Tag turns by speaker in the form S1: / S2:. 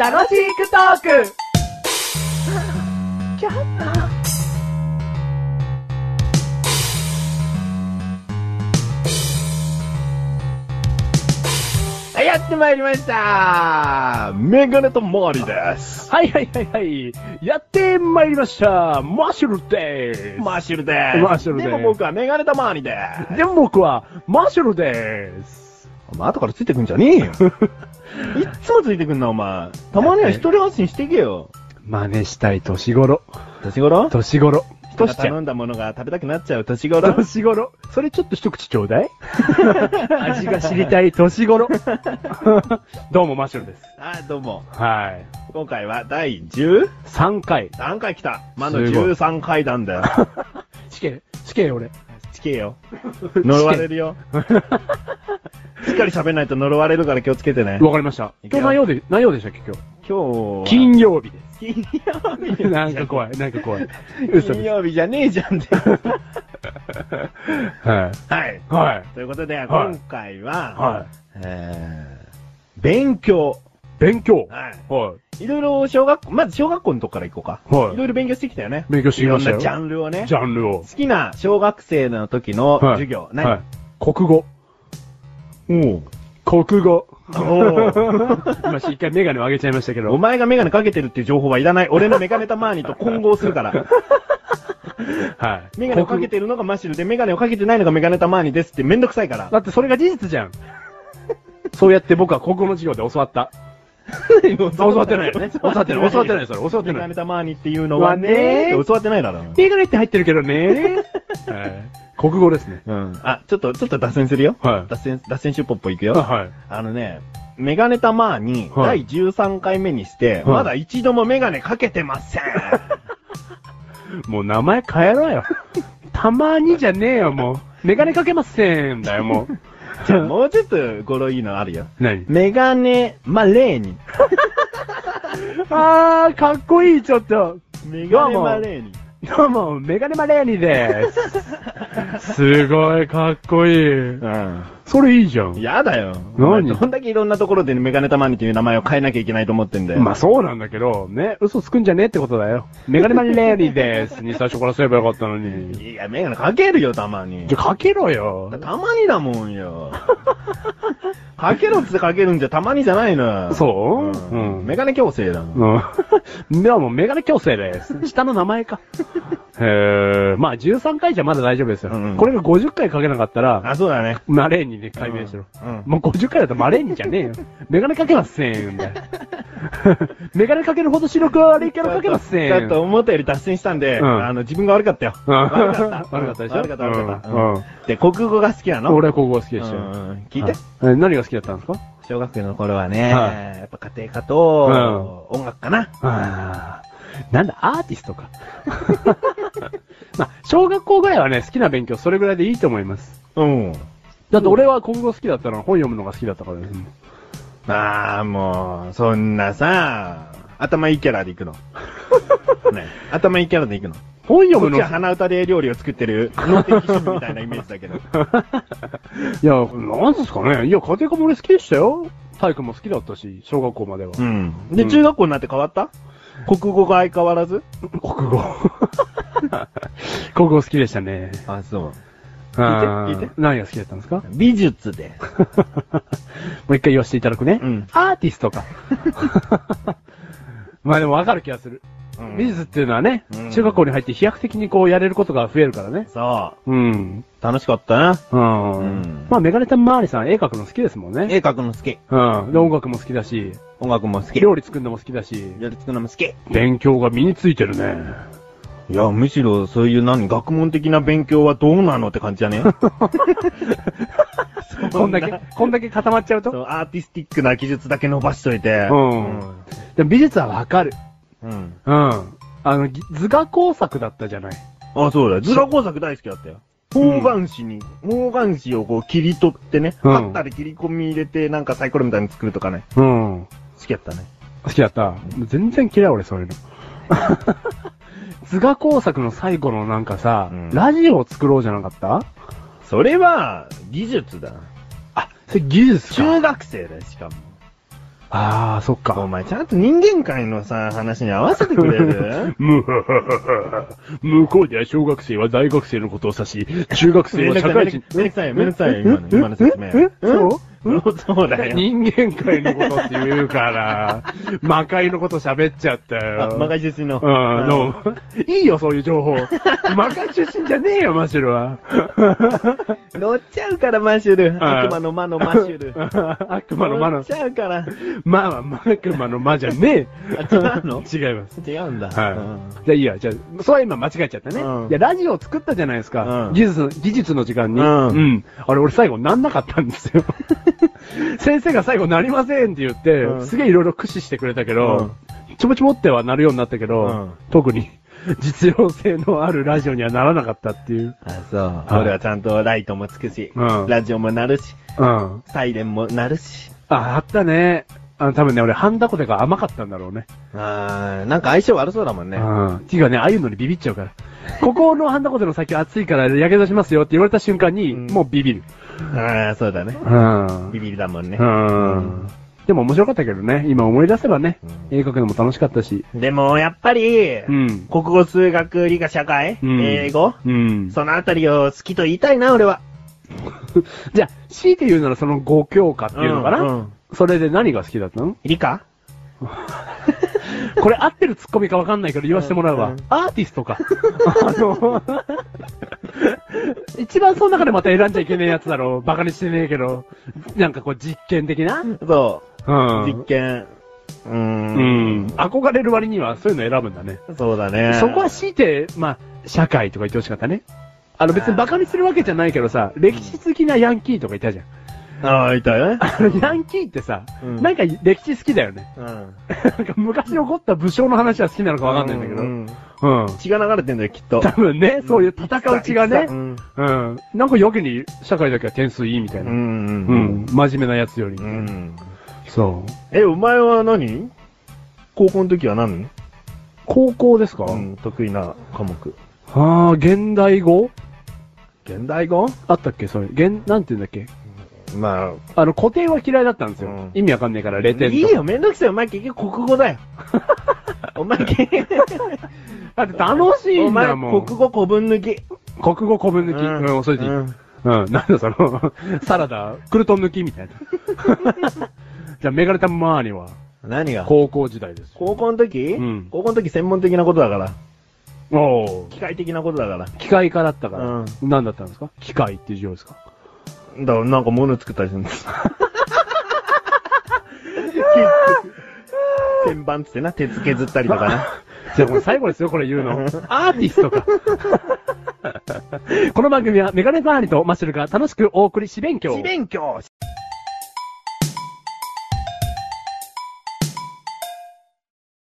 S1: 楽しくトーク
S2: はい、やってまいりましたメガネとモーリーです
S3: はいはいはいはい。やってまいりました。マッシュルです。
S2: マッシュルです
S3: マッシュルです
S2: でも僕はメガネとモーリーで
S3: でも僕は、マッシュルです。
S2: すお前後からついてくんじゃねえよ いっつもついてくんな、お前。たまには一人発信していけよ。
S3: 真似したい年頃。
S2: 年頃
S3: 年頃。
S2: 人が頼んだものが食べたくなっちゃう年頃
S3: 年頃。それちょっと一口ちょうだ い味が知りたい年頃。どうも、マッシュルです。
S2: はい、どうも。
S3: はい。
S2: 今回は第 10?
S3: 3回。
S2: 何回来たまだ
S3: すごい
S2: 13回なんだよ。
S3: 死刑、死刑 俺。
S2: 地形よ。呪われるよ。しっかり喋んないと呪われるから気をつけてね。
S3: わかりました。
S2: いく
S3: 今
S2: よ
S3: 日何曜で、何曜でしたっけ今日。
S2: 今日は、
S3: 金曜日で
S2: 金曜
S3: す。なんか怖い、なんか 怖い。嘘
S2: 金
S3: です。
S2: 曜日じゃねえじゃ んって。
S3: は
S2: はい。
S3: い。はい。
S2: ということで、
S3: はい
S2: 今回は、
S3: は
S2: えー、勉強。
S3: い。勉強。
S2: は
S3: はい。
S2: い。いろいろ小学校、まず小学校のとこから行こうか。
S3: はい
S2: いろいろ勉強してきたよね。
S3: 勉強してきましたよ
S2: いろんなジャンルをね。
S3: ジャンルを
S2: 好。きな小学生の時の
S3: はい
S2: 授業。何、
S3: はい。国語。
S2: おう
S3: 国語。
S2: おう
S3: 今し一回メガネを上げちゃいましたけ
S2: お
S3: ど。
S2: 前がメガネかけてるっていう情報はいらない。俺のメガネたまーにと混合する から。
S3: はい。
S2: メガネをかけてるのがマシルで、メガネをかけてないのがメガネたまーにですってめんどくさいから
S3: 国語。だってそれが事実じゃ ん。そうやって僕は国語の授業で教わった。 教わってないよね。教わってない。教わってない。それ。教わって
S2: メ
S3: な
S2: ガネ
S3: い。
S2: たまーにっていうのはね
S3: うわね
S2: 教わってないだろ。
S3: メガネって入ってるけど ね。はい。国語ですね。
S2: うん。あ、ちょっと、ちょっと脱線するよ。
S3: はい
S2: 脱線、脱線シュポッポいく
S3: あ
S2: よ。
S3: はい。
S2: あのね、メガネたまーに、
S3: は
S2: 第
S3: い
S2: 13回目にして、
S3: はい
S2: まだ一度もメガネかけてま せん。
S3: もう名前変えろ よ。たまにじゃねえよ、もう。メガネかけませんだよ、も う。
S2: じゃあもうちょっと語呂いいのあるよ。
S3: 何
S2: メガネ、ま、レーに。
S3: あー、かっこいい、ちょっと。
S2: メガネ、ま、レーに。
S3: どうも、メガネマレー ニです。すごい、かっこいい。
S2: うん。
S3: それいいじゃん。
S2: やだよ。
S3: 何
S2: お前どんだけいろんなところでメガネたまにという名前を変えなきゃいけないと思ってんだよ。
S3: まあそうなんだけど、ね、嘘つくんじゃねえってことだよ。メガネマレーニですに最初からすればよかったのに。
S2: いや、メガネかけるよ、たまに
S3: じゃ、。かけろよ。
S2: たまにだもん よ。かけろってかけるんじゃたまにじゃないの。
S3: そう
S2: うん。
S3: うん
S2: メガネ矯正だもん。
S3: うん。 ではもうメガネ矯正です。下の名 前か。へえ、まあ13回じゃまだ大丈夫ですよ。
S2: うんうん
S3: これが50回かけなかったら、
S2: あ、そうだね。
S3: マレーニで解明しろ。
S2: うん
S3: もう50回だとマレーニじゃねえよ。メガネかけません。 メガネかけるほど視力は悪いキャラかけません。
S2: ちょっと思ったより脱線したんで、
S3: うん
S2: あの、自分が悪かったよ。
S3: うん
S2: 悪かった。
S3: 悪かったでしょ
S2: 悪かった、悪かった。
S3: うん
S2: う
S3: うんん
S2: で、国語が好きなの
S3: 俺は高校好きでした
S2: う
S3: よ。
S2: ん聞いて。
S3: はいえ何が好きだったんですか
S2: 小学生の頃はね、
S3: はい
S2: やっぱ家庭科と、音楽かな。
S3: あーなんだ、アーティスト か。まあ、小学校ぐらいはね、好きな勉強、それぐらいでいいと思います。
S2: うん。
S3: だって俺は国語好きだったの、本読むのが好きだったからです。
S2: ああ、もう、そんなさ、頭いいキャラで 行くの。ね、頭いいキャラで行くの。
S3: 本読
S2: こ
S3: む
S2: っ
S3: の
S2: ちは鼻歌で料理を作ってる、脳的主婦みたいなイメージだ けど。
S3: いや、なんですかね。いや、家庭科も俺好きでしたよ。体育も好きだったし、小学校までは。
S2: うん。で、
S3: うん
S2: 中学校になって変わった国語が相変わらず
S3: 国語。 国語好きでしたね。
S2: あ、そう。
S3: あー
S2: 聞いて
S3: 何が好きだったんですか
S2: 美術で。
S3: もう一回言わせていただくね。
S2: うん
S3: アーティストか。まあでもわかる気がする。
S2: うん
S3: 美術っていうのはね、
S2: うん
S3: 中学校に入って飛躍的にこうやれることが増えるからね。
S2: そ
S3: うん。
S2: う。楽しかったな。
S3: うん。
S2: うん
S3: まあメガネタ周りさん絵描くの好きですもんね。
S2: 絵描くの好き。
S3: うん。で、音楽も好きだし、
S2: 音楽も好き。料
S3: 料理作るのも好きだし、
S2: 理作るのも好き。い
S3: 勉強が身についてるね。
S2: や、むしろそういう何、学問的な勉強はどうなのって感じだ ね。
S3: こんだけ、こんだけ固まっちゃう
S2: そう
S3: と。
S2: アーティスティックな技術だけ伸ばしといて。
S3: うんでも美術はわかる。
S2: うん。うん。
S3: うん。あの、ぎ図画工作だったじゃない。
S2: あ、そうだよ。図画工作大好きだったよ。
S3: うん
S2: 方眼紙に、方眼紙をこう切り取ってね、
S3: うん
S2: カッターで切り込み入れて、なんかサイコロみたいに作るとかね。
S3: うん。
S2: 好きやったね。
S3: 好きだった。全然嫌い俺そういうの。 図画工作の最後のなんかさ、
S2: うん
S3: ラジオを作ろうじゃなかった
S2: それは、技術だ。
S3: あ、それ技術
S2: 中
S3: か。
S2: 学生だよ、しかも。
S3: ああ、そっか。
S2: お前、ちゃんと人間界のさ、話に合わせてくれる
S3: むはははは向こうでは小学生は大学生のことを指し、中学生
S2: めん
S3: は
S2: どく
S3: 社
S2: さい
S3: 会人。
S2: めんどくさい、めんどくさい、今の、今の説明。
S3: そう
S2: うんそうだよ。
S3: 人間界のことって言うから、魔界のこと喋っちゃったよ。
S2: あ、魔界出身の。
S3: うん、の、いいよ、そういう情 報。魔界出身じゃねえよ、マシュルは。
S2: 乗っちゃうから、マシュル。
S3: あ
S2: 悪魔の魔のマシュル。
S3: 悪魔の魔
S2: 乗
S3: の
S2: っ、ちゃうから。
S3: 魔は悪魔の魔じゃね
S2: あ、違うの
S3: え。違います。
S2: 違うんだ。
S3: はい
S2: うん
S3: じゃあいいや、じゃあ、それは今間違えちゃったね。
S2: うん
S3: いや、ラジオを作ったじゃないですか。
S2: うん
S3: 技術の、技術の時間に。
S2: うん
S3: あれ、俺最後なんなかったんですよ。 先生が最後なりませんって言って、
S2: うん
S3: すげえいろいろ駆使してくれたけど、ちょぼちょぼってはなるようになったけど、
S2: うん
S3: 特に実用性のあるラジオにはならなかったっていう。
S2: あ、そう。俺はちゃんとライトもつくし、
S3: うん
S2: ラジオも鳴るし、
S3: うん。
S2: サイレンも鳴るし。
S3: あ、あったね。あの、多分ね、俺、ハンダコテが甘かったんだろうね。
S2: あー、なんか相性悪そうだもんね。
S3: うん。っていうかね、ああいうのにビビっちゃうから。ここのハンダコテの先熱いから、やけどしますよって言われた瞬間に、
S2: うん
S3: もうビビる。
S2: あー、そうだね。
S3: うん。
S2: ビビりだもんね
S3: う。ん。でも面白かったけどね、今思い出せばね、
S2: うん
S3: 絵描くのも楽しかったし。
S2: でも、やっぱり、
S3: うん。
S2: 国語、数学、理科、社会、
S3: うん
S2: 英語、
S3: うん。
S2: そのあたりを好きと言いたいな、俺は。
S3: じゃあ、強いて言うならその5教科っていうのかな、
S2: うんうん
S3: それで何が好きだったの
S2: 理科
S3: これ合ってるツッコミかわかんないけど言わせてもらうわ。
S2: うんうん
S3: アーティストか。あの、 一番その中でまた選んじゃいけねえやつだろう。バカにしてねえけど。なんかこう実験的な。うん。
S2: そう。実験。うー
S3: う
S2: ん。。
S3: ん憧れる割にはそういうの選ぶんだね。
S2: そうだね。
S3: そこは強いて、まあ、社会とか言ってほしかったね。あの別にバカにするわけじゃないけどさ、歴史好きなヤンキーとか いたじゃん。
S2: ああ、いたよね。
S3: あのヤンキーってさ、
S2: うん
S3: なんか歴史好きだよね。
S2: うん。
S3: なんか昔起こった武将の話は好きなのかわかんないんだけど。
S2: う
S3: うん。
S2: 血が流れてんだよ、きっ と
S3: 多。分ね、そういう戦う血がね
S2: う、ん。
S3: うん。なんかやけに社会だけは点数いいみたいうな。
S2: ん。う
S3: う
S2: ん
S3: ん。真面目なやつより。
S2: うん。
S3: そう。
S2: え、お前は何高校の時は何
S3: 高校ですか、
S2: うん、得意な科目。
S3: ああ、現代語
S2: 現代語
S3: あったっけそれ。現、なんて言うんだっけ
S2: まあ、
S3: あの、古典は嫌いだったんですよ。
S2: うん
S3: 意味わかんないから、0点とか
S2: いいよ、めんどくさい。お前結局国語 だよ。お前、
S3: だって楽しい
S2: お
S3: ん
S2: 前
S3: だもん。
S2: 国語古文抜き。
S3: 国語古文抜き。うん、それでいい。
S2: うん
S3: うん、なんだその、 サラダ、クルトン抜きみ たいな。じゃあ、メガネタマーニは、
S2: 何が
S3: 高校時代ですよ。
S2: 高校の時、
S3: うん
S2: 高校の時専門的なことだから。
S3: お
S2: 機械的なことだから。
S3: 機械科だったから、
S2: うん
S3: 何だったんですか機械っていう授業ですか
S2: だからなんか物作ったりするん です。天板つってな、 鉄削ったりとかな。
S3: じゃあ、これ最後ですよ、これ言 うの。アーティストか。この番組は、メガネタマーニとマッシュルが楽しくお送りし勉強。
S2: 勉強